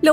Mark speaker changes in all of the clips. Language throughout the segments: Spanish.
Speaker 1: Lo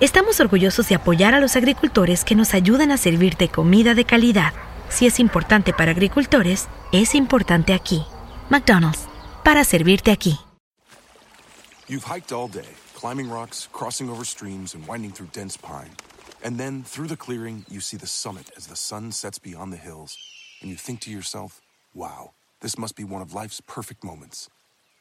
Speaker 2: estamos orgullosos de apoyar a los agricultores que nos ayudan a servirte comida de calidad. Si es importante para agricultores, es importante aquí. McDonald's, para servirte aquí.
Speaker 3: You've hiked all day, climbing rocks, crossing over streams, and winding through dense pine. And then, through the clearing, you see the summit as the sun sets beyond the hills. And you think to yourself, wow, this must be one of life's perfect moments.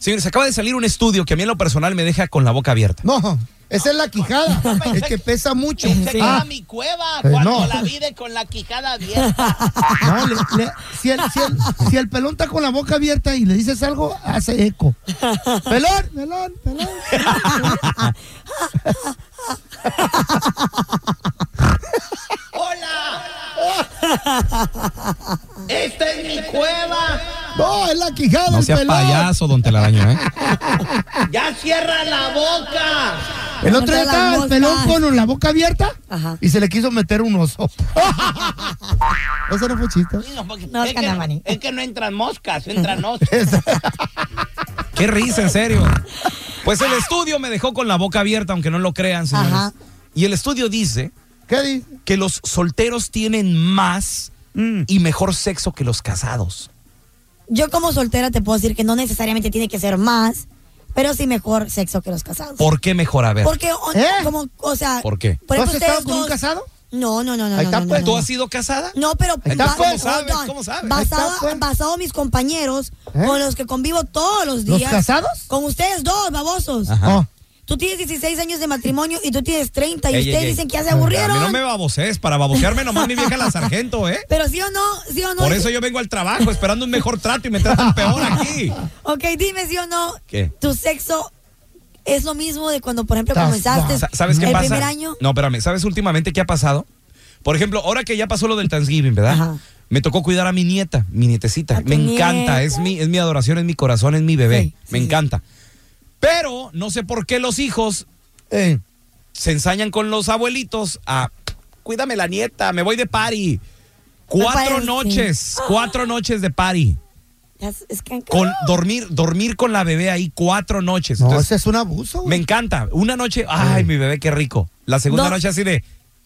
Speaker 4: Señores, acaba de salir un estudio que a mí en lo personal me deja con la boca abierta.
Speaker 5: No, esa es la quijada, es que pesa mucho.
Speaker 6: Pensé que
Speaker 5: Ah,
Speaker 6: era mi cueva
Speaker 5: Eh,
Speaker 6: cuando
Speaker 5: no.
Speaker 6: la vi de con la quijada abierta.
Speaker 5: no, le- le- si, el, si el- si el pelón está con la boca abierta y le dices algo, hace eco. Pelón, pelón, pelón.
Speaker 6: ¡Hola! ¡Esta es mi cueva!
Speaker 5: No, es la quijada,
Speaker 4: No
Speaker 5: el
Speaker 4: sea
Speaker 5: pelón.
Speaker 4: payaso, don Telaraño, ¿eh?
Speaker 6: ¡Ya cierra la boca!
Speaker 5: El otro día
Speaker 7: Las
Speaker 5: estaba el
Speaker 7: moscas.
Speaker 5: pelón con la boca abierta
Speaker 7: Ajá.
Speaker 5: y se le quiso meter un oso. Eso no fue chiste.
Speaker 6: No, porque
Speaker 7: No,
Speaker 6: es, que,
Speaker 7: Canavani.
Speaker 6: es que no entran moscas, entran osos.
Speaker 4: Qué risa, en serio. Pues el estudio me dejó con la boca abierta, aunque no lo crean, señores.
Speaker 7: Ajá.
Speaker 4: Y el estudio dice
Speaker 5: ¿Qué dice?
Speaker 4: que los solteros tienen más
Speaker 5: Mm.
Speaker 4: y mejor sexo que los casados.
Speaker 7: Yo como soltera te puedo decir que no necesariamente tiene que ser más, pero sí mejor sexo que los casados.
Speaker 4: ¿Por qué mejor? A ver.
Speaker 7: Porque, o,
Speaker 5: ¿Eh?
Speaker 7: como, o sea...
Speaker 4: ¿Por qué?
Speaker 7: por
Speaker 5: ¿Tú has
Speaker 7: ejemplo,
Speaker 5: estado
Speaker 7: ustedes
Speaker 5: con un
Speaker 7: dos-
Speaker 5: casado?
Speaker 7: No, no, no, no.
Speaker 5: Ahí
Speaker 7: no,
Speaker 5: está,
Speaker 7: no,
Speaker 5: pues.
Speaker 7: no,
Speaker 4: ¿Tú
Speaker 7: no.
Speaker 4: has sido casada?
Speaker 7: No, pero
Speaker 5: Ahí está,
Speaker 7: ba-
Speaker 5: pues.
Speaker 7: hold
Speaker 4: ¿Cómo sabes?
Speaker 7: on.
Speaker 4: ¿Cómo sabes?
Speaker 7: Basado,
Speaker 5: Ahí está, pues.
Speaker 7: basado mis compañeros
Speaker 5: ¿Eh?
Speaker 7: con los que convivo todos los
Speaker 5: ¿Los
Speaker 7: días.
Speaker 5: casados?
Speaker 7: Con ustedes dos, babosos.
Speaker 4: Ajá.
Speaker 5: Oh.
Speaker 7: Tú tienes 16 años de matrimonio y tú tienes 30 y
Speaker 4: Ey,
Speaker 7: ustedes
Speaker 4: ey, ey.
Speaker 7: dicen que ya se
Speaker 4: A
Speaker 7: aburrieron.
Speaker 4: mí no me babosees, para babosearme nomás mi vieja la sargento, ¿eh?
Speaker 7: Pero sí o no, sí o no.
Speaker 4: Por eso yo vengo al trabajo esperando un mejor trato y me tratan peor aquí.
Speaker 7: Ok, dime sí o no.
Speaker 4: ¿Qué?
Speaker 7: ¿Tu sexo es lo mismo de cuando, por ejemplo,
Speaker 5: Estás
Speaker 7: comenzaste
Speaker 4: Sa- ¿Sabes qué
Speaker 7: el
Speaker 4: pasa?
Speaker 7: primer año?
Speaker 4: No, espérame, ¿sabes últimamente qué ha pasado? Por ejemplo, ahora que ya pasó lo del Thanksgiving, ¿verdad?
Speaker 7: Ajá.
Speaker 4: Me tocó cuidar a mi nieta, mi nietecita.
Speaker 7: A tu
Speaker 4: Me encanta,
Speaker 7: nieta.
Speaker 4: es mi, es mi adoración, es mi corazón, es mi bebé.
Speaker 7: Sí,
Speaker 4: Me
Speaker 7: sí.
Speaker 4: encanta. Pero no sé por qué los hijos
Speaker 5: Eh,
Speaker 4: se ensañan con los abuelitos a cuídame la nieta, me voy de party.
Speaker 7: party,
Speaker 4: Cuatro
Speaker 7: sí.
Speaker 4: noches, cuatro noches de party.
Speaker 7: Es, es que
Speaker 4: Con dormir, dormir con la bebé ahí cuatro noches.
Speaker 5: no,
Speaker 4: Entonces,
Speaker 5: ese es un abuso.
Speaker 4: me
Speaker 5: güey.
Speaker 4: encanta. Una noche, ay, mi bebé, qué rico. La segunda
Speaker 7: No.
Speaker 4: noche así de,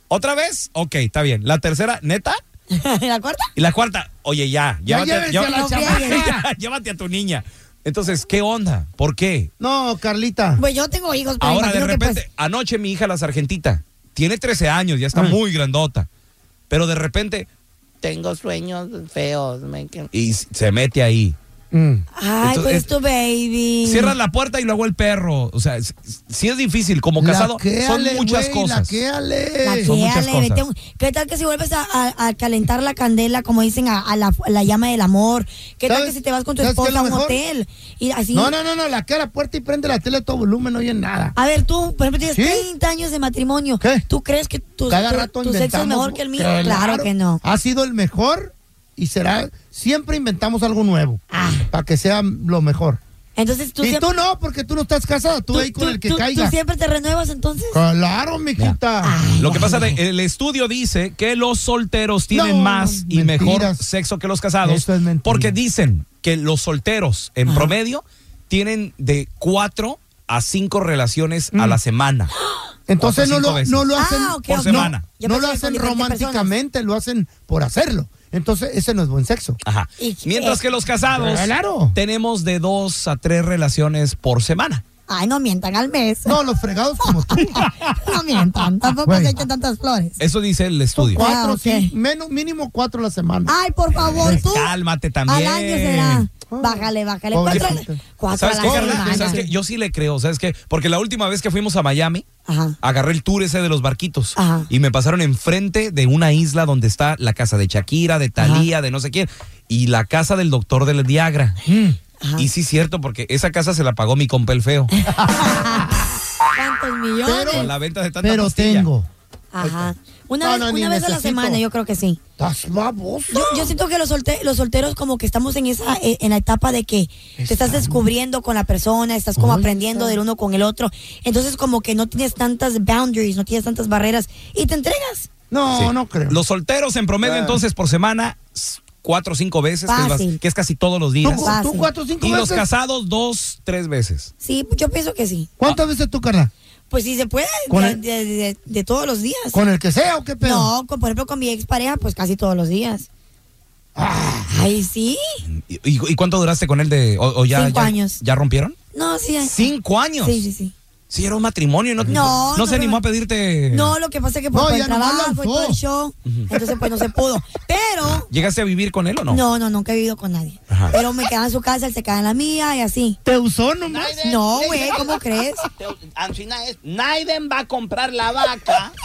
Speaker 4: ¿otra vez? Ok, está bien. La tercera, ¿neta?
Speaker 7: ¿La cuarta?
Speaker 4: Y la cuarta, oye, ya, llévate,
Speaker 5: llévense
Speaker 4: lleva-
Speaker 5: a la
Speaker 4: ya,
Speaker 7: chamaca.
Speaker 4: llévate a tu niña. Entonces, ¿qué onda? ¿Por qué?
Speaker 5: No, Carlita.
Speaker 7: Pues yo tengo hijos, pero
Speaker 4: Ahora, de
Speaker 7: imagino que, pues,
Speaker 4: repente, anoche mi hija, la sargentita, tiene 13 años, ya está
Speaker 5: Ay.
Speaker 4: muy grandota. Pero de repente,
Speaker 6: Tengo sueños feos. me- que-
Speaker 4: y s- se mete ahí.
Speaker 7: Ay,
Speaker 4: Entonces,
Speaker 7: pues
Speaker 4: es-
Speaker 7: tu baby.
Speaker 4: Cierras la puerta y luego el perro. O sea, si es difícil. Como casado, son muchas cosas.
Speaker 7: La
Speaker 4: Son muchas
Speaker 7: quéale, vete
Speaker 4: cosas.
Speaker 7: un- ¿Qué tal que si vuelves a, a- a calentar la candela, como dicen, a, a la, a la llama del amor? ¿Qué tal
Speaker 5: ¿Sabes-
Speaker 7: que si te vas con tu
Speaker 5: sabes qué es
Speaker 7: esposa
Speaker 5: lo
Speaker 7: a un
Speaker 5: mejor?
Speaker 7: hotel? Y así.
Speaker 5: No, no, no, no, la que a la puerta y prende la tele a todo volumen, no oyen nada.
Speaker 7: A ver, tú, por ejemplo, tienes
Speaker 5: ¿Sí?
Speaker 7: 30 años de matrimonio.
Speaker 5: ¿Qué?
Speaker 7: ¿Tú crees que tu,
Speaker 5: Cada
Speaker 7: tu-
Speaker 5: rato
Speaker 7: tu sexo es
Speaker 5: inventamos-
Speaker 7: mejor que el mío? Claro que no.
Speaker 5: Ha sido el mejor y será. Siempre inventamos algo nuevo
Speaker 7: Ah.
Speaker 5: para que sea lo mejor.
Speaker 7: Entonces tú
Speaker 5: y
Speaker 7: siempre.
Speaker 5: tú no, porque tú no estás casada, tú, ahí con el que
Speaker 7: tú-
Speaker 5: caiga.
Speaker 7: tú siempre te renuevas entonces?
Speaker 5: Claro, mijita.
Speaker 7: Ay,
Speaker 4: Lo que
Speaker 7: ya, Ah.
Speaker 4: pasa
Speaker 7: ya,
Speaker 4: es que el estudio dice que los solteros tienen
Speaker 5: No,
Speaker 4: más y mejor
Speaker 5: mentiras.
Speaker 4: sexo que los casados.
Speaker 5: Eso es mentira.
Speaker 4: porque dicen que los solteros, en promedio, tienen de cuatro a cinco relaciones a
Speaker 5: Mm.
Speaker 4: la semana.
Speaker 5: Entonces
Speaker 4: Cuatro,
Speaker 5: no
Speaker 4: cinco
Speaker 5: lo,
Speaker 4: veces.
Speaker 5: no lo hacen
Speaker 7: Ah, ok,
Speaker 4: por
Speaker 7: ok.
Speaker 4: semana.
Speaker 7: Ya
Speaker 5: No
Speaker 7: pensé que
Speaker 5: lo
Speaker 7: con
Speaker 5: hacen
Speaker 7: diferentes personas.
Speaker 5: románticamente, lo hacen por hacerlo. Entonces, ese no es buen sexo.
Speaker 4: Ajá.
Speaker 7: Y-
Speaker 4: Mientras que los casados
Speaker 5: Claro.
Speaker 4: tenemos de dos a tres relaciones por semana.
Speaker 7: Ay, no mientan al mes. No,
Speaker 5: No, los fregados como tú.
Speaker 7: Ah, mientan. Tampoco
Speaker 5: Güey.
Speaker 7: se echen tantas flores.
Speaker 4: Eso dice el estudio.
Speaker 5: Cuatro,
Speaker 7: Ah, ok. Ah.
Speaker 5: sí, menos, mínimo cuatro a la semana.
Speaker 7: Ay, por
Speaker 5: Eh,
Speaker 7: favor, tú.
Speaker 4: Cálmate también.
Speaker 7: Al año será. Bájale, bájale. Cuatro,
Speaker 5: Pobrecito.
Speaker 7: cuatro
Speaker 4: ¿Sabes
Speaker 7: al
Speaker 4: qué,
Speaker 7: año.
Speaker 4: Carla?
Speaker 7: hermana.
Speaker 4: ¿Sabes qué? Yo sí le creo, ¿sabes qué? Porque la última vez que fuimos a Miami,
Speaker 7: Ajá.
Speaker 4: agarré el tour ese de los barquitos
Speaker 7: Ajá.
Speaker 4: y me pasaron enfrente de una isla donde está la casa de Shakira, de Talía, de no sé quién, y la casa del doctor del Viagra.
Speaker 7: Hmm. Ajá.
Speaker 4: Y sí, cierto, porque esa casa se la pagó mi compa el feo
Speaker 7: ¿Cuántos millones?
Speaker 4: con la venta de tanta
Speaker 5: Pero
Speaker 4: pastilla.
Speaker 5: tengo.
Speaker 7: Ajá. Una
Speaker 5: No,
Speaker 7: vez,
Speaker 5: no, ni
Speaker 7: una vez a la
Speaker 5: necesito.
Speaker 7: semana, yo creo que sí.
Speaker 5: ¿Estás baboso?
Speaker 7: Yo, yo siento que los, solte- los solteros como que estamos en esa eh, en la etapa de que te estás descubriendo con la persona, estás como aprendiendo del uno con el otro. Entonces como que no tienes tantas boundaries, no tienes tantas barreras y te entregas.
Speaker 5: No,
Speaker 4: Sí.
Speaker 5: no creo.
Speaker 4: Los solteros en promedio, entonces, por semana, s- cuatro o cinco veces, que es,
Speaker 7: Fácil.
Speaker 4: bas- que es casi todos los
Speaker 5: ¿Tú,
Speaker 4: días.
Speaker 5: tú
Speaker 7: Fácil.
Speaker 5: cuatro o cinco
Speaker 4: Y los
Speaker 5: veces?
Speaker 4: casados, dos, tres veces.
Speaker 7: Sí, yo pienso que sí.
Speaker 5: ¿Cuántas veces tú, Carla?
Speaker 7: Pues sí se puede,
Speaker 5: Con
Speaker 7: de,
Speaker 5: el-
Speaker 7: de- de- de todos los días.
Speaker 5: ¿Con el que sea o qué pedo?
Speaker 7: No, con- por ejemplo con mi expareja, pues casi todos los días.
Speaker 5: Ah.
Speaker 7: Ay, sí.
Speaker 4: ¿Y, y, y cuánto duraste con él de, o, o ya,
Speaker 7: Cinco
Speaker 4: ya-
Speaker 7: años.
Speaker 4: ¿Ya rompieron?
Speaker 7: No, sí. ay.
Speaker 4: ¿Cinco años?
Speaker 7: Sí, sí, sí.
Speaker 4: Sí, era un matrimonio y no,
Speaker 7: No,
Speaker 4: no,
Speaker 7: no
Speaker 4: se animó
Speaker 7: fue-
Speaker 4: a pedirte.
Speaker 7: No, lo que pasa es que por
Speaker 5: No,
Speaker 7: por el
Speaker 5: ya nomás
Speaker 7: trabajo y todo el
Speaker 5: lanzó.
Speaker 7: show, entonces pues no se pudo. Pero
Speaker 4: ¿Llegaste a vivir con él o no?
Speaker 7: No. no, nunca he vivido con nadie.
Speaker 4: Ajá.
Speaker 7: Pero me quedaba en su casa, él se quedaba en la mía y así.
Speaker 5: ¿Te usó nomás?
Speaker 6: Naiden-
Speaker 7: No, güey, ¿cómo crees?
Speaker 6: Te- Ancina es, Naiden va a comprar la vaca.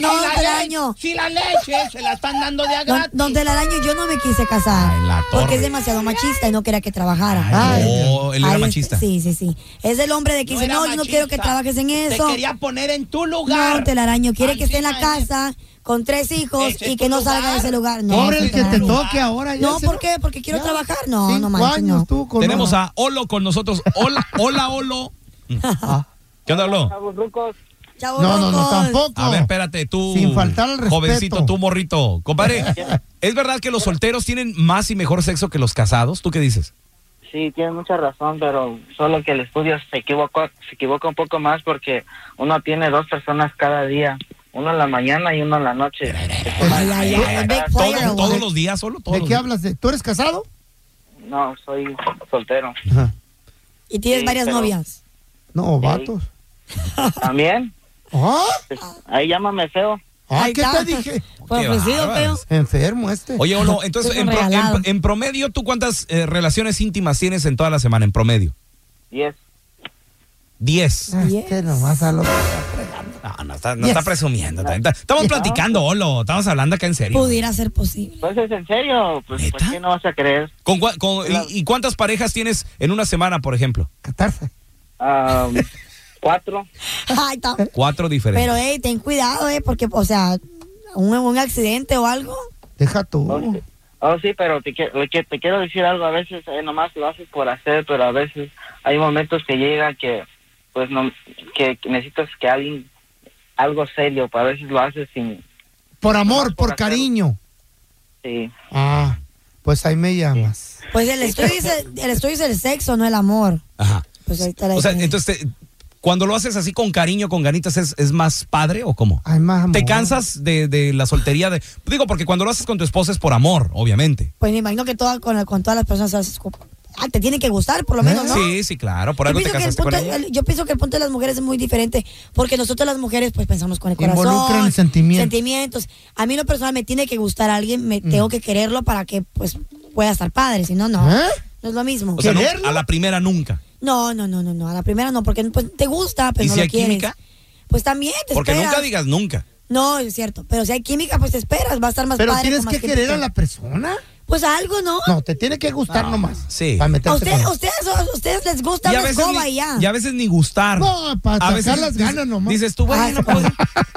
Speaker 7: No,
Speaker 6: Si la
Speaker 7: Telaraño.
Speaker 6: le- Si la leche se la están dando de a
Speaker 7: Don,
Speaker 6: gratis.
Speaker 7: don Telaraño, yo no me quise casar.
Speaker 4: Ay, la torre.
Speaker 7: porque es demasiado machista y no quería que trabajara.
Speaker 4: Ay, no, Oh, él era
Speaker 7: es-
Speaker 4: machista.
Speaker 7: Sí, sí, sí. Es el hombre de que dice,
Speaker 6: era
Speaker 7: no, yo no
Speaker 6: machista.
Speaker 7: quiero que trabajes en eso.
Speaker 6: Te quería poner en tu lugar.
Speaker 7: No, Telaraño, quiere que esté en la
Speaker 6: Ancina es-
Speaker 7: casa con tres hijos
Speaker 6: Ese es
Speaker 7: y que
Speaker 6: eh. tu
Speaker 7: no salga de
Speaker 6: lugar.
Speaker 7: ese lugar. No,
Speaker 5: Pobre el
Speaker 7: don
Speaker 5: que te
Speaker 7: Telaraño.
Speaker 5: toque ahora. ya
Speaker 7: No,
Speaker 5: se-
Speaker 7: ¿por qué? Porque quiero
Speaker 5: Ya.
Speaker 7: trabajar. No,
Speaker 5: Cinco
Speaker 7: no manches,
Speaker 5: años
Speaker 7: no.
Speaker 5: tú con-
Speaker 4: Tenemos
Speaker 5: no.
Speaker 4: a Olo con nosotros. Hola, hola, Olo. ¿Qué onda, Olo?
Speaker 7: Chavo
Speaker 5: Ah, No, no, no,
Speaker 7: Rocos.
Speaker 5: tampoco.
Speaker 4: A ver, espérate, tú.
Speaker 5: Sin faltar al respeto.
Speaker 4: Jovencito, tú, morrito. Compadre, ¿es verdad que los solteros tienen más y mejor sexo que los casados? ¿Tú qué dices?
Speaker 8: Sí, tiene mucha razón, pero solo que el estudio se equivocó, se equivoca un poco más porque uno tiene dos personas cada día, uno en la mañana y uno en la noche.
Speaker 7: Ay, ay, ay, big
Speaker 4: ¿Todo-
Speaker 7: player,
Speaker 4: todos
Speaker 7: güey.
Speaker 4: los días, solo todos
Speaker 5: ¿De
Speaker 4: los
Speaker 5: qué
Speaker 4: días?
Speaker 5: hablas? de- ¿Tú eres casado?
Speaker 8: No, soy soltero.
Speaker 7: Y tienes
Speaker 8: Sí,
Speaker 7: varias
Speaker 8: pero-
Speaker 7: novias.
Speaker 5: No, vatos.
Speaker 8: También,
Speaker 5: ¿Ah?
Speaker 8: pues, ahí llámame feo.
Speaker 5: ¿Ah,
Speaker 7: Ahí
Speaker 5: ¿Qué
Speaker 7: está.
Speaker 5: te dije?
Speaker 7: Pues
Speaker 4: Qué
Speaker 7: ofrecido,
Speaker 4: bárbaros.
Speaker 7: feo.
Speaker 5: Enfermo este.
Speaker 4: Oye, Olo, entonces,
Speaker 7: Eso
Speaker 4: en,
Speaker 7: es
Speaker 4: pro- en-
Speaker 7: regalado.
Speaker 4: en promedio, ¿tú cuántas eh, relaciones íntimas tienes en toda la semana, en promedio?
Speaker 8: Diez.
Speaker 4: Diez.
Speaker 5: Este nomás a lo...
Speaker 4: No, no está, no está presumiendo. también está- Estamos platicando, Olo. Estamos hablando acá en serio.
Speaker 7: Pudiera ser posible.
Speaker 8: Pues es en serio, pues,
Speaker 4: ¿Neta?
Speaker 8: ¿por qué no vas a creer?
Speaker 4: ¿Con cua- con- y- y, cuántas parejas tienes en una semana, por ejemplo?
Speaker 5: Catarse.
Speaker 8: Ah, cuatro.
Speaker 7: Ay, ta-
Speaker 4: Cuatro diferentes.
Speaker 7: Pero, hey, ten cuidado, eh, porque, o sea, un, un accidente o algo.
Speaker 5: Deja
Speaker 8: Oh,
Speaker 5: tú.
Speaker 8: sí. Oh, sí, pero te, quie- lo que te quiero decir algo. A veces eh, nomás lo haces por hacer, pero a veces hay momentos que llega que pues no que necesitas que alguien algo serio, pero a veces lo haces sin
Speaker 5: Por amor,
Speaker 8: Nomás
Speaker 5: por
Speaker 8: por hacer-
Speaker 5: cariño.
Speaker 8: sí.
Speaker 5: Ah, pues ahí me llamas.
Speaker 7: Pues el estudio dice, el estudio dice el sexo, no el amor.
Speaker 4: Ajá.
Speaker 7: Pues ahí está la
Speaker 4: O sea,
Speaker 7: diferencia.
Speaker 4: entonces, te- cuando lo haces así con cariño, con ganitas, ¿es, es más padre o cómo?
Speaker 5: Ay, más amor.
Speaker 4: ¿Te cansas de, de la soltería? De, digo, porque cuando lo haces con tu esposa es por amor, obviamente.
Speaker 7: Pues me imagino que toda, con, con todas las personas se hace- ah, te tiene que gustar, por lo menos, ¿no?
Speaker 4: Sí, sí, claro. Por algo
Speaker 7: yo
Speaker 4: te
Speaker 7: pienso, que el
Speaker 4: casaste con
Speaker 7: punto-
Speaker 4: ella.
Speaker 7: el- yo pienso que el punto de las mujeres es muy diferente, porque nosotros las mujeres pues pensamos con el corazón.
Speaker 5: Involucran el sentimiento.
Speaker 7: sentimientos. A mí en lo
Speaker 4: Mm.
Speaker 7: personal me tiene que gustar a alguien, me tengo que quererlo para que pues pueda estar padre, si no, no.
Speaker 5: ¿Eh?
Speaker 7: No es lo mismo.
Speaker 4: ¿Ah? O sea, no-
Speaker 5: ¿Quererlo?
Speaker 4: a la primera nunca.
Speaker 7: No, no, no, no, no. A la primera no, porque pues, te gusta, pero
Speaker 4: ¿Y
Speaker 7: no
Speaker 4: si
Speaker 7: lo
Speaker 4: hay
Speaker 7: quieres.
Speaker 4: química?
Speaker 7: Pues también te
Speaker 4: Porque
Speaker 7: esperas.
Speaker 4: nunca digas nunca.
Speaker 7: No, es cierto. Pero si hay química, pues te esperas. Va a estar más
Speaker 5: Pero
Speaker 7: padre.
Speaker 5: tienes
Speaker 7: con más
Speaker 5: que querer
Speaker 7: química.
Speaker 5: a la persona.
Speaker 7: Pues algo, ¿no?
Speaker 5: No, te tiene que gustar nomás.
Speaker 4: sí.
Speaker 5: Para meterte
Speaker 7: a ustedes,
Speaker 5: con-
Speaker 7: ustedes, a ustedes les gusta
Speaker 4: Y a
Speaker 7: una
Speaker 4: veces,
Speaker 7: escoba
Speaker 4: ni,
Speaker 7: y ya.
Speaker 4: y a veces ni gustar.
Speaker 5: No, para
Speaker 4: A
Speaker 5: sacar
Speaker 4: veces
Speaker 5: las ganas nomás.
Speaker 4: Dices tú,
Speaker 7: Ah,
Speaker 4: bueno,
Speaker 7: sí.
Speaker 4: pues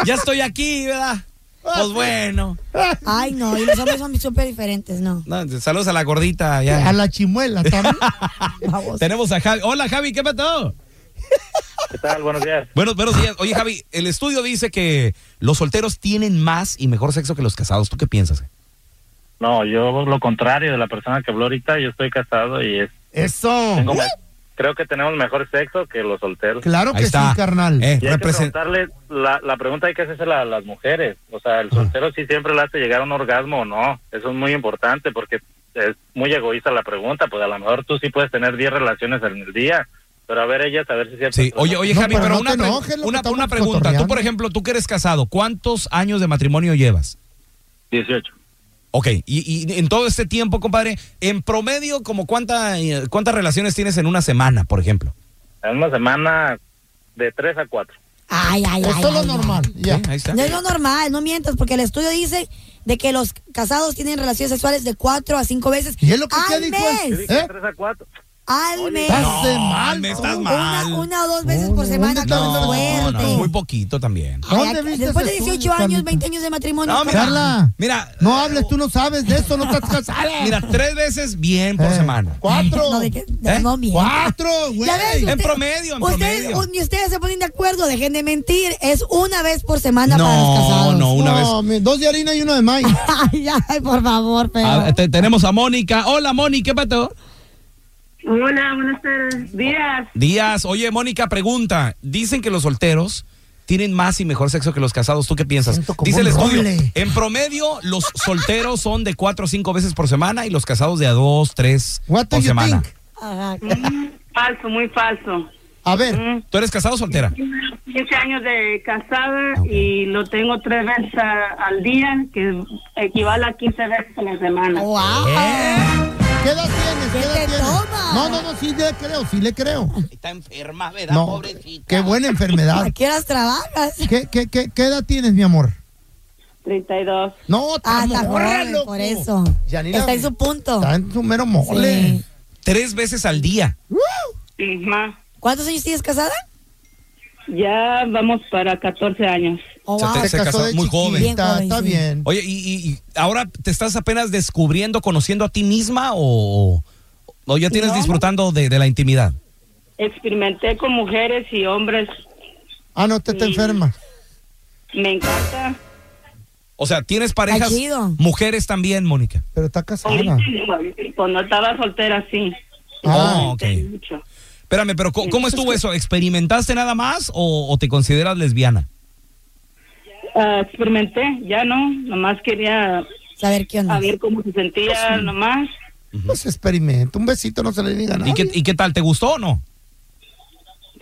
Speaker 4: ya estoy aquí, ¿verdad? Pues bueno.
Speaker 7: Ay, no. Y los hombres son súper diferentes, ¿no?
Speaker 4: No, saludos a la gordita. ya.
Speaker 5: A la chimuela también.
Speaker 7: Vamos.
Speaker 4: Tenemos a Javi. Hola, Javi, ¿qué pasó?
Speaker 8: ¿Qué tal? Buenos días.
Speaker 4: Buenos, buenos días. Oye, Javi, el estudio dice que los solteros tienen más y mejor sexo que los casados. ¿Tú qué piensas?
Speaker 8: No, yo lo contrario de la persona que habló ahorita, yo estoy casado y es,
Speaker 5: Eso.
Speaker 8: tengo me- creo que tenemos mejor sexo que los solteros.
Speaker 5: Claro
Speaker 4: Ahí
Speaker 5: que
Speaker 4: está.
Speaker 5: sí, carnal.
Speaker 4: Eh,
Speaker 8: Y hay que
Speaker 4: represent-
Speaker 8: preguntarle, la, la pregunta hay que hacerse a las mujeres. O sea, el soltero sí siempre le hace llegar a un orgasmo o no. Eso es muy importante porque es muy egoísta la pregunta. Pues a lo mejor tú sí puedes tener 10 relaciones en el día, pero a ver ellas, a ver si siempre...
Speaker 4: Sí, oye, oye,
Speaker 5: No,
Speaker 4: Javi,
Speaker 5: pero
Speaker 4: pero,
Speaker 5: no
Speaker 4: una,
Speaker 5: te
Speaker 4: pre-
Speaker 5: enojes, lo que
Speaker 4: una-
Speaker 5: estamos
Speaker 4: una pregunta. Tú,
Speaker 5: cotorreando.
Speaker 4: por ejemplo, tú que eres casado, ¿cuántos años de matrimonio llevas?
Speaker 8: 18.
Speaker 4: Ok, y, y en todo este tiempo, compadre, en promedio, como cuánta, eh, ¿cuántas relaciones tienes en una semana, por ejemplo?
Speaker 8: En una semana de 3 a 4.
Speaker 7: Ay, ay, ay.
Speaker 5: Eso es lo
Speaker 7: ay, ay.
Speaker 5: normal. Ya.
Speaker 4: Sí, Ahí está.
Speaker 7: No es lo normal, no mientas, porque el estudio dice de que los casados tienen relaciones sexuales de cuatro a cinco veces
Speaker 5: Y es lo que te
Speaker 7: al
Speaker 5: dijo él.
Speaker 8: Yo
Speaker 7: mes.
Speaker 8: dije
Speaker 5: ¿Eh?
Speaker 8: 3 a 4.
Speaker 7: Al
Speaker 8: Oye,
Speaker 7: mes.
Speaker 5: Estás de
Speaker 4: No,
Speaker 5: mal.
Speaker 4: me
Speaker 5: ¿no?
Speaker 4: estás mal.
Speaker 7: Una, una o dos veces
Speaker 5: No,
Speaker 7: por
Speaker 5: no,
Speaker 7: semana.
Speaker 5: ¿dónde
Speaker 7: No,
Speaker 4: No, no,
Speaker 5: estás?
Speaker 4: es
Speaker 7: fuerte.
Speaker 4: muy poquito también.
Speaker 7: Ay,
Speaker 5: ¿Dónde
Speaker 7: acá-
Speaker 5: viste
Speaker 7: Después de
Speaker 5: ese
Speaker 7: 18
Speaker 5: estudio,
Speaker 7: años,
Speaker 5: Carlita?
Speaker 7: 20 años de matrimonio.
Speaker 4: No,
Speaker 7: ¿qué?
Speaker 4: mira,
Speaker 5: Carla.
Speaker 4: Mira,
Speaker 5: No hables, tú no sabes de eso, no estás casada.
Speaker 4: mira, tres veces bien por
Speaker 5: Eh,
Speaker 4: semana.
Speaker 5: Cuatro.
Speaker 7: No, de que- no,
Speaker 4: ¿Eh?
Speaker 7: no mientas.
Speaker 5: Cuatro, güey.
Speaker 7: Ya ves,
Speaker 4: En
Speaker 7: usted-
Speaker 4: promedio, en
Speaker 7: ustedes,
Speaker 4: promedio.
Speaker 7: u- Ni ustedes se ponen de acuerdo, dejen de mentir. Es una vez por semana para los
Speaker 4: No,
Speaker 7: casados.
Speaker 4: no, una vez.
Speaker 5: No, mi- dos de harina y uno de maíz.
Speaker 7: Ay, ay, por favor,
Speaker 5: Eh.
Speaker 7: pero.
Speaker 5: Ah,
Speaker 4: A ver, te- tenemos a Mónica. Hola, Mónica, ¿qué pasó?
Speaker 9: Hola, buenas tardes. Días.
Speaker 4: Díaz, oye, Mónica, pregunta. Dicen que los solteros tienen más y mejor sexo que los casados. ¿Tú qué piensas?
Speaker 5: Siento como
Speaker 4: Dice el
Speaker 5: un
Speaker 4: estudio.
Speaker 5: roble.
Speaker 4: En promedio, los solteros son de cuatro o cinco veces por semana y los casados de a dos, tres
Speaker 5: What do
Speaker 4: por
Speaker 5: you
Speaker 4: semana.
Speaker 5: think?
Speaker 7: Ajá.
Speaker 9: Mm, falso, muy falso.
Speaker 5: A ver,
Speaker 9: Mm,
Speaker 4: ¿Tú eres casado o soltera?
Speaker 9: 15 años de casada
Speaker 4: Ok.
Speaker 9: y lo tengo tres veces a- al día, que equivale a 15 veces a la semana.
Speaker 7: Wow.
Speaker 5: ¿Eh? ¿qué edad tienes?
Speaker 7: ¿Qué
Speaker 5: ¿Qué edad
Speaker 7: te
Speaker 5: tienes?
Speaker 7: toma?
Speaker 5: No, no, no, sí le creo, sí le creo.
Speaker 6: Está enferma, ¿verdad,
Speaker 5: No,
Speaker 6: pobrecita?
Speaker 5: qué buena enfermedad.
Speaker 7: ¿A qué horas trabajas?
Speaker 5: ¿Qué, qué, qué, qué edad tienes, mi amor?
Speaker 9: 32.
Speaker 5: No,
Speaker 7: Ah,
Speaker 5: está
Speaker 7: está
Speaker 5: morra,
Speaker 7: joven,
Speaker 5: loco.
Speaker 7: por eso.
Speaker 5: Yanira,
Speaker 7: Está en su punto.
Speaker 5: Está en su mero mole.
Speaker 7: Sí.
Speaker 4: Tres veces al día.
Speaker 9: Ujú.
Speaker 7: ¿Cuántos años tienes casada?
Speaker 9: Ya vamos para 14 años.
Speaker 7: Oh,
Speaker 4: Se te-
Speaker 7: wow.
Speaker 4: se casó muy joven.
Speaker 7: Bien joven,
Speaker 5: Está
Speaker 7: sí.
Speaker 5: bien.
Speaker 4: Oye, ¿y, y- y ahora te estás apenas descubriendo, conociendo a ti misma o, o ya tienes
Speaker 9: No.
Speaker 4: disfrutando de, de la intimidad?
Speaker 9: Experimenté con mujeres y hombres.
Speaker 5: Ah, no, te está
Speaker 9: Sí.
Speaker 5: enferma.
Speaker 9: Me encanta.
Speaker 4: O sea, ¿tienes parejas?
Speaker 7: chido.
Speaker 4: Mujeres también, Mónica.
Speaker 5: Pero está casada.
Speaker 9: Cuando Pues estaba soltera, sí.
Speaker 5: Ah,
Speaker 4: Oh, ok.
Speaker 9: Mucho.
Speaker 4: Espérame, pero ¿cómo, cómo estuvo eso? ¿Experimentaste nada más o, o te consideras lesbiana?
Speaker 9: Ah, experimenté, ya no. Nomás quería
Speaker 7: Saber qué onda.
Speaker 9: ah, a ver cómo se sentía, nomás.
Speaker 5: Pues experimenta. Un besito no se le diga nada.
Speaker 4: ¿Y qué, ¿Y qué tal? ¿Te gustó o no?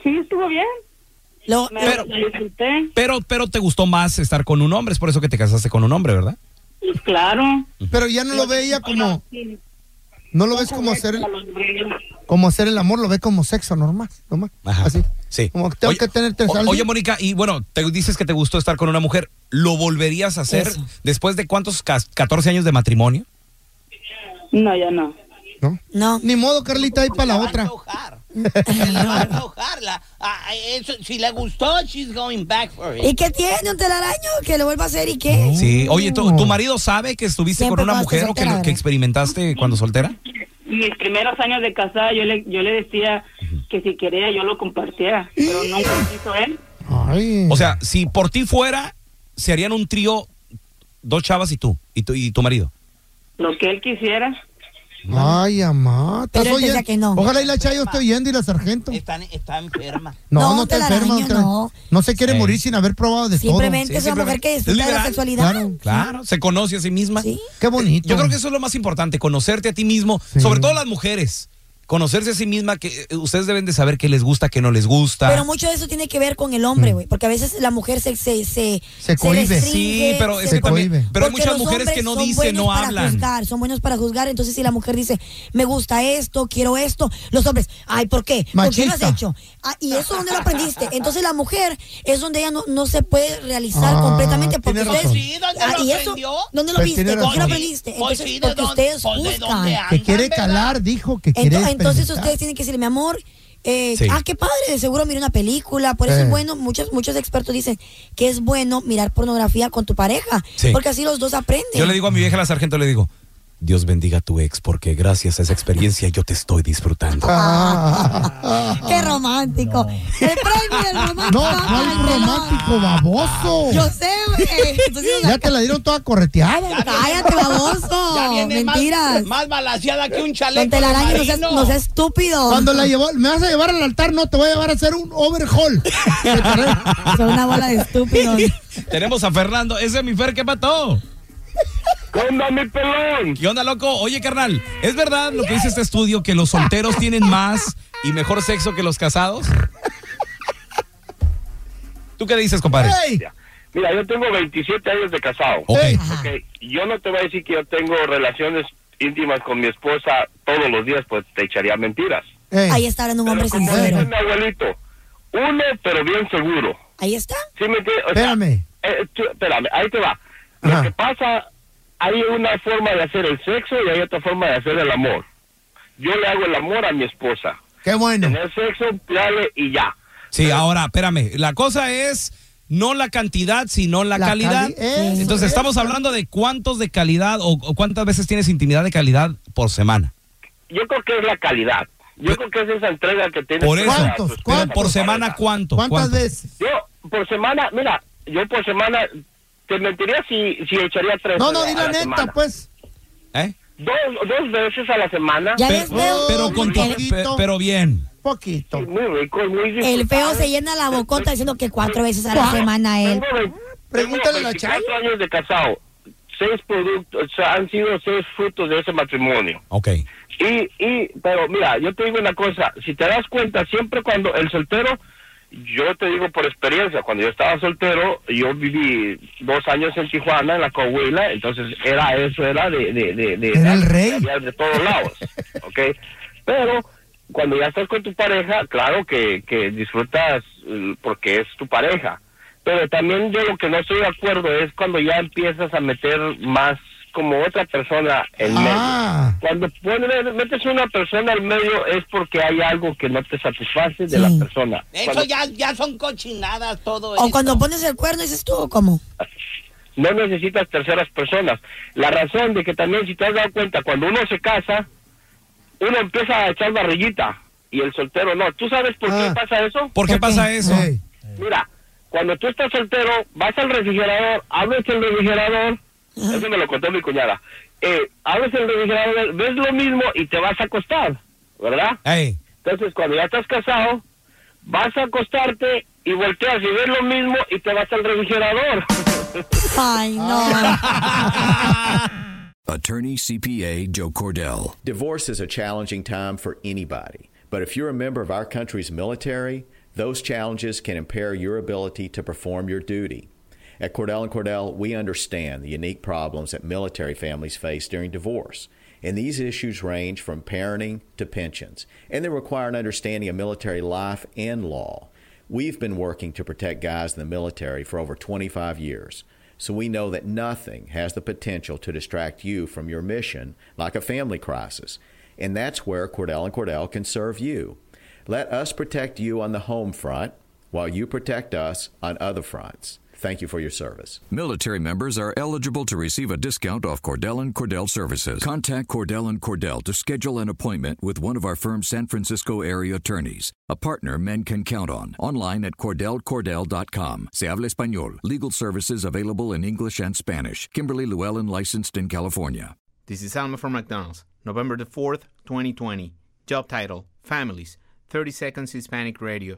Speaker 9: Sí, estuvo bien.
Speaker 7: Lo-
Speaker 9: Me
Speaker 4: Pero-
Speaker 9: lo disfruté.
Speaker 4: Pero, pero te gustó más estar con un hombre, es por eso que te casaste con un hombre, ¿verdad?
Speaker 9: Pues claro.
Speaker 5: Pero ya no lo ve ella como.
Speaker 9: Sí,
Speaker 5: No lo ves como hacer,
Speaker 9: a los brillos.
Speaker 5: como hacer el amor, lo ve como sexo normal. normal. Así.
Speaker 4: Sí.
Speaker 5: Como que tengo que tener tres
Speaker 4: o-
Speaker 5: al día.
Speaker 4: Oye, Mónica, y bueno, te dices que te gustó estar con una mujer. ¿Lo volverías a hacer
Speaker 7: Eso.
Speaker 4: después de cuántos cas- 14 años de matrimonio?
Speaker 9: No, ya no.
Speaker 5: ¿no?
Speaker 7: No.
Speaker 5: Ni modo, Carlita, ahí para la
Speaker 6: va a
Speaker 5: otra.
Speaker 6: antojar. Se la va a antojar, la- ah, eso, si le gustó, she's going back for it.
Speaker 7: ¿Y qué tiene? ¿Un telaraño? ¿Que lo vuelva a hacer y qué?
Speaker 4: Sí. Oye, ¿tu, tu marido sabe que estuviste
Speaker 7: Oh. Siempre
Speaker 4: con una
Speaker 7: cuando
Speaker 4: mujer
Speaker 7: estés
Speaker 4: o que,
Speaker 7: soltera,
Speaker 4: lo- que
Speaker 7: ¿verdad?
Speaker 4: experimentaste cuando soltera?
Speaker 9: Mis primeros años de casada, yo le, yo le decía que si quería yo lo compartiera, pero nunca quiso él.
Speaker 5: Ay.
Speaker 4: O sea, si por ti fuera, se harían un trío, dos chavas y tú, y tu, y tu marido.
Speaker 9: Lo que él quisiera.
Speaker 5: Ay, amá. ¿Estás
Speaker 7: Pero él pensaba
Speaker 5: oyendo?
Speaker 7: que no.
Speaker 5: Ojalá y la Chayo esté oyendo y la sargento.
Speaker 6: Está, está enferma.
Speaker 5: No,
Speaker 7: No,
Speaker 5: no, te
Speaker 7: telaraño,
Speaker 5: enferma. te-
Speaker 7: no.
Speaker 5: no se quiere
Speaker 4: Sí.
Speaker 5: morir sin haber probado de
Speaker 7: Simplemente es
Speaker 4: Sí,
Speaker 7: una
Speaker 4: siempre-
Speaker 7: mujer que disfruta de la
Speaker 4: liberal.
Speaker 7: sexualidad.
Speaker 5: Claro.
Speaker 4: Claro, se conoce a sí misma.
Speaker 7: Sí.
Speaker 5: todo. Qué bonito.
Speaker 4: Yo creo que eso es lo más importante, conocerte a ti mismo,
Speaker 5: Sí.
Speaker 4: sobre todo las mujeres. conocerse a sí misma, que eh, ustedes deben de saber qué les gusta, qué no les gusta. Mm.
Speaker 7: Pero mucho de eso tiene que ver con el hombre, güey. Porque a veces la mujer se. Se, se,
Speaker 4: Se cohíbe.
Speaker 7: restringe,
Speaker 4: Sí, pero es que también-
Speaker 7: cohíbe.
Speaker 4: pero hay
Speaker 7: Porque
Speaker 4: muchas
Speaker 7: los
Speaker 4: mujeres que
Speaker 7: hombres
Speaker 4: no
Speaker 7: son
Speaker 4: dicen, no
Speaker 7: buenos para
Speaker 4: hablan.
Speaker 7: juzgar, son buenos para juzgar. Entonces, si la mujer dice, me gusta esto, quiero esto, los hombres, ay, ¿por qué? ¿Por qué lo has
Speaker 5: Machista.
Speaker 7: hecho? Ah, ¿Y eso dónde lo aprendiste? Entonces, la mujer es donde ella no, no se puede realizar
Speaker 5: Ah,
Speaker 7: completamente. Porque
Speaker 5: tiene razón.
Speaker 7: ustedes-
Speaker 6: Pues, Sí, ¿dónde
Speaker 7: Ah,
Speaker 6: lo
Speaker 7: ¿Y eso?
Speaker 6: aprendió?
Speaker 7: ¿Dónde lo
Speaker 5: Pues
Speaker 7: viste?
Speaker 5: tiene
Speaker 7: ¿Por qué lo
Speaker 5: razón.
Speaker 7: aprendiste?
Speaker 6: Pues
Speaker 7: Entonces,
Speaker 6: sí, ¿de
Speaker 7: porque
Speaker 6: dónde-
Speaker 7: ustedes
Speaker 6: pues de dónde
Speaker 7: buscan.
Speaker 6: andan,
Speaker 5: Que quiere
Speaker 6: verdad?
Speaker 5: calar, dijo, que quiere
Speaker 7: Ento- entonces
Speaker 5: experimentar.
Speaker 7: ustedes tienen que decirle, mi amor, eh,
Speaker 4: Sí.
Speaker 7: ah, qué padre, de seguro mira una película, por eso
Speaker 5: Sí.
Speaker 7: es bueno, muchos, muchos expertos dicen que es bueno mirar pornografía con tu pareja,
Speaker 4: Sí.
Speaker 7: porque así los dos aprenden.
Speaker 4: Yo le digo a mi vieja la sargento, le digo, Dios bendiga a tu ex porque gracias a esa experiencia yo te estoy disfrutando.
Speaker 7: Qué romántico. El premio del romántico.
Speaker 5: Ah. No, ¿cuál romántico baboso?
Speaker 7: Yo sé, güey. Entonces,
Speaker 5: Ya te la dieron toda correteada.
Speaker 7: cállate,
Speaker 6: Ya
Speaker 7: baboso.
Speaker 6: viene más-
Speaker 7: Mentiras.
Speaker 6: Más balaseada que un chaleco.
Speaker 7: Con telaraña,
Speaker 6: de
Speaker 7: no seas,
Speaker 6: marino.
Speaker 7: no seas estúpido.
Speaker 5: Cuando la llevó, me vas a llevar al altar, no, te voy a llevar a hacer un overhaul.
Speaker 7: Son una bola de estúpidos.
Speaker 4: Tenemos a Fernando, ese es mi Fer, ¿qué pató?
Speaker 8: ¿Qué onda, mi pelón?
Speaker 4: ¿Qué onda, loco? Oye, carnal, ¿es verdad lo que dice este estudio que los solteros tienen más y mejor sexo que los casados? ¿Tú qué dices, compadre?
Speaker 5: ¡Ey!
Speaker 8: Mira, yo tengo 27 años de casado.
Speaker 4: Ok.
Speaker 5: ey.
Speaker 8: Ok, Yo no te voy a decir que yo tengo relaciones íntimas con mi esposa todos los días, pues te echaría mentiras.
Speaker 5: Ey.
Speaker 7: Ahí está hablando un hombre
Speaker 8: Pero como dice
Speaker 7: sincero.
Speaker 8: mi abuelito, uno pero bien seguro.
Speaker 7: Ahí está.
Speaker 8: ¿Sí me entiendes? O sea,
Speaker 5: Espérame.
Speaker 8: eh, tú- espérame, ahí te va. Lo
Speaker 5: Ajá.
Speaker 8: que pasa, hay una forma de hacer el sexo y hay otra forma de hacer el amor. Yo le hago el amor a mi esposa.
Speaker 5: Qué bueno.
Speaker 8: Tener sexo, dale y ya.
Speaker 4: Sí, ahora, espérame. La cosa es no la cantidad, sino la,
Speaker 5: La
Speaker 4: calidad.
Speaker 5: cali- eso,
Speaker 4: Entonces, estamos
Speaker 5: eso.
Speaker 4: hablando de cuántos de calidad o, o cuántas veces tienes intimidad de calidad por semana.
Speaker 8: Yo creo que es la calidad. Yo creo que es esa entrega que tienes.
Speaker 4: Por
Speaker 8: que
Speaker 4: eso.
Speaker 8: dar a tu
Speaker 5: ¿Cuántos?
Speaker 8: esposa,
Speaker 4: Pero
Speaker 8: a
Speaker 4: por
Speaker 8: tu
Speaker 4: semana,
Speaker 8: pareja.
Speaker 4: ¿cuánto?
Speaker 5: ¿Cuántas
Speaker 4: ¿Cuánto?
Speaker 5: veces?
Speaker 8: Yo por semana, mira, yo por semana te mentiría si, si echaría tres.
Speaker 5: No, no,
Speaker 8: a
Speaker 5: di la neta,
Speaker 8: semana.
Speaker 5: pues.
Speaker 4: ¿eh?
Speaker 8: Dos, dos veces a la semana.
Speaker 7: Ya
Speaker 4: Pero,
Speaker 7: ves, veo.
Speaker 4: pero con to-
Speaker 7: el,
Speaker 4: pe- pero bien.
Speaker 5: Poquito.
Speaker 8: Sí, Muy rico, muy
Speaker 7: el feo se
Speaker 8: disfrutable.
Speaker 7: llena la bocota diciendo que cuatro veces a la
Speaker 5: Wow.
Speaker 7: semana él.
Speaker 8: Tengo ve- tengo
Speaker 5: Pregúntale a la
Speaker 8: 24 años de casado. Seis productos, o sea, han sido seis frutos de ese matrimonio.
Speaker 4: Ok.
Speaker 8: Y, y, pero mira, yo te digo una cosa, si te das cuenta, siempre cuando el soltero, yo te digo por experiencia, cuando yo estaba soltero, yo viví dos años en Tijuana, en la Coahuila, entonces era eso, era de... de, de, de-
Speaker 5: Era el rey.
Speaker 8: De, todos lados, ¿ok? Pero cuando ya estás con tu pareja, claro que, que disfrutas eh, porque es tu pareja, pero también yo lo que no estoy de acuerdo es cuando ya empiezas a meter más como otra persona en medio.
Speaker 5: Ah,
Speaker 8: Cuando pones, metes una persona al medio es porque hay algo que no te satisface de la persona.
Speaker 6: Eso
Speaker 8: Cuando-
Speaker 6: ya, ya son cochinadas todo
Speaker 7: O
Speaker 6: eso.
Speaker 7: cuando pones el cuerno dices tú, ¿cómo?
Speaker 8: No necesitas terceras personas. La razón de que también, si te has dado cuenta, cuando uno se casa, uno empieza a echar barrillita y el soltero no. ¿Tú sabes por
Speaker 5: Ah.
Speaker 8: qué pasa eso?
Speaker 4: ¿Por qué
Speaker 7: Ok.
Speaker 4: pasa eso?
Speaker 5: ey.
Speaker 8: Mira, cuando tú estás soltero, vas al refrigerador, abres el refrigerador, eso me lo contó mi cuñada, eh, abres el refrigerador, ves lo mismo y te vas a acostar, ¿verdad?
Speaker 4: Ey,
Speaker 8: Entonces, cuando ya estás casado, vas a acostarte y volteas y ves lo mismo y te vas al refrigerador.
Speaker 7: Ay, no.
Speaker 10: Attorney CPA Joe Cordell. Divorce is a challenging time for anybody, but if you're a member of our country's military, those challenges can impair your ability to perform your duty. At Cordell and Cordell, we understand the unique problems that military families face during divorce, and these issues range from parenting to pensions, and they require an understanding of military life and law. We've been working to protect guys in the military for over 25 years, so we know that nothing has the potential to distract you from your mission like a family crisis. And that's where Cordell and Cordell can serve you. Let us protect you on the home front while you protect us on other fronts. Thank you for your service.
Speaker 11: Military members are eligible to receive a discount off Cordell and Cordell services. Contact Cordell and Cordell to schedule an appointment with one of our firm's San Francisco area attorneys, a partner men can count on. Online at cordellcordell.com. Se habla español. Legal services available in English and Spanish. Kimberly Llewellyn licensed in California.
Speaker 12: This is Alma from McDonald's, November the 4th, 2020. Job title Families, 30 Seconds Hispanic Radio.